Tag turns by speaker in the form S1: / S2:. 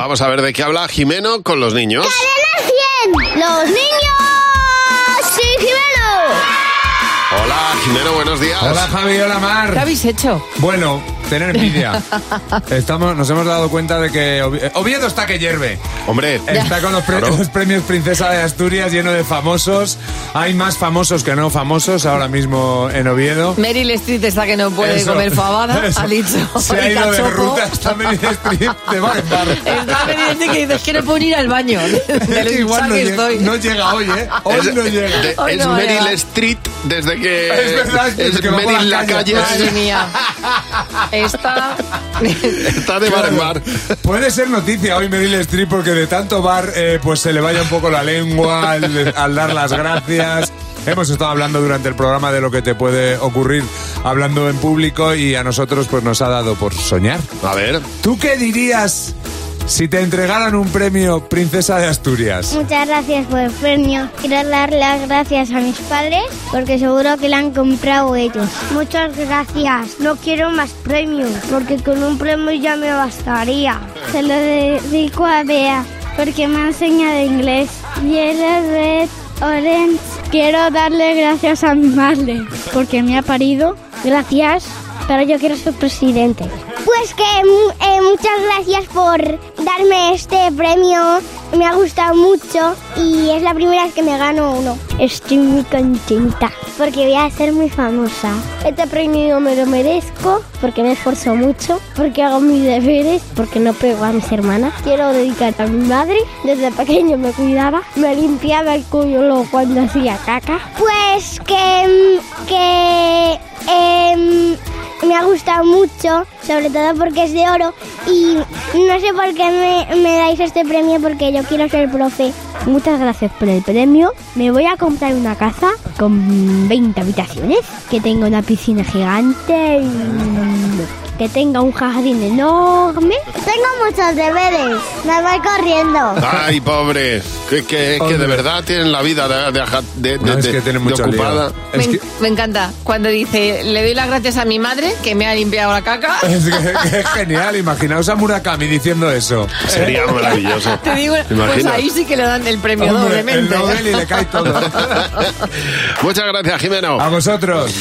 S1: Vamos a ver de qué habla Jimeno con los niños.
S2: ¡Cadena 100! ¡Los niños! ¡Sí,
S1: Hola, Jimeno, buenos días.
S3: Hola Javi, hola Mar.
S4: ¿Qué habéis hecho?
S3: Bueno, tener envidia. Estamos, nos hemos dado cuenta de que Ovi- eh, Oviedo está que hierve.
S1: Hombre,
S3: Está con los, pre-
S1: Claro.
S3: los premios Princesa de Asturias lleno de famosos. Hay más famosos que no famosos ahora mismo en Oviedo.
S4: Meryl Streep está que no puede
S3: Eso.
S4: comer fabada,
S3: Eso.
S4: ha dicho.
S3: Se ha
S4: el
S3: ido de
S4: cachopo.
S3: ruta hasta Meryl Streep de bar en bar.
S4: Está Meryl Streep que dices que no puedo ni ir al baño. De lo
S3: Es que
S4: hinchada
S3: igual no,
S4: que
S3: llega-
S4: estoy.
S3: no llega hoy, ¿eh? Hoy
S1: es,
S3: no llega.
S1: de-
S4: Hoy
S1: es
S4: no
S1: Meryl
S4: llega.
S1: Street desde que
S3: Es verdad, desde que va por
S1: Meryl
S3: la
S1: la calle.
S3: calle.
S4: Madre mía. Está.
S1: Está de bar en bar.
S3: Puede ser noticia hoy Meryl Streep porque de tanto bar eh, pues se le vaya un poco la lengua al, al dar las gracias. Hemos estado hablando durante el programa de lo que te puede ocurrir hablando en público y a nosotros pues nos ha dado por soñar.
S1: A ver,
S3: ¿Tú qué dirías si te entregaran un premio Princesa de Asturias?
S2: Muchas gracias por el premio. Quiero dar las gracias a mis padres porque seguro que la han comprado ellos. Muchas gracias. No quiero más premios porque con un premio ya me bastaría. Se lo dedico a Bea porque me ha enseñado inglés. Yellow, red, orange. Quiero darle gracias a mi madre porque me ha parido. Gracias. Pero yo quiero ser presidente. Pues que muchas gracias por darme este premio. Me ha gustado mucho y es la primera vez que me gano uno. Estoy muy contenta porque voy a ser muy famosa. Este premio me lo merezco porque me esfuerzo mucho, porque hago mis deberes, porque no pego a mis hermanas. Quiero dedicar a mi madre. Desde pequeño me cuidaba, me limpiaba el culo cuando hacía caca. Pues que... que... em, Me ha gustado mucho, sobre todo porque es de oro. Y no sé por qué me, me dais este premio, porque yo quiero ser profe. Muchas gracias por el premio. Me voy a comprar una casa con 20 habitaciones, que tenga una piscina gigante y que tenga un jardín enorme. Tengo muchos deberes. Me voy corriendo.
S1: ay, pobre. Que, que, que de
S3: Hombre.
S1: verdad tienen la vida de, de, de- de-
S3: No, es
S1: de-
S3: que tienen
S1: de
S3: mucho lío.
S1: ocupada.
S3: Es
S4: me,
S3: que-
S4: me encanta cuando dice, le doy las gracias a mi madre que me ha limpiado la caca.
S3: es que- que es genial, imaginaos a Murakami diciendo eso.
S1: Sería maravilloso.
S4: Te digo,
S1: ¿Te
S4: pues
S1: imaginas?
S4: ahí sí que le dan el premio
S3: Hombre, el
S4: doblemente.
S3: Nobel y le cae todo.
S1: Muchas gracias, Jimeno.
S3: ¿eh? A vosotros.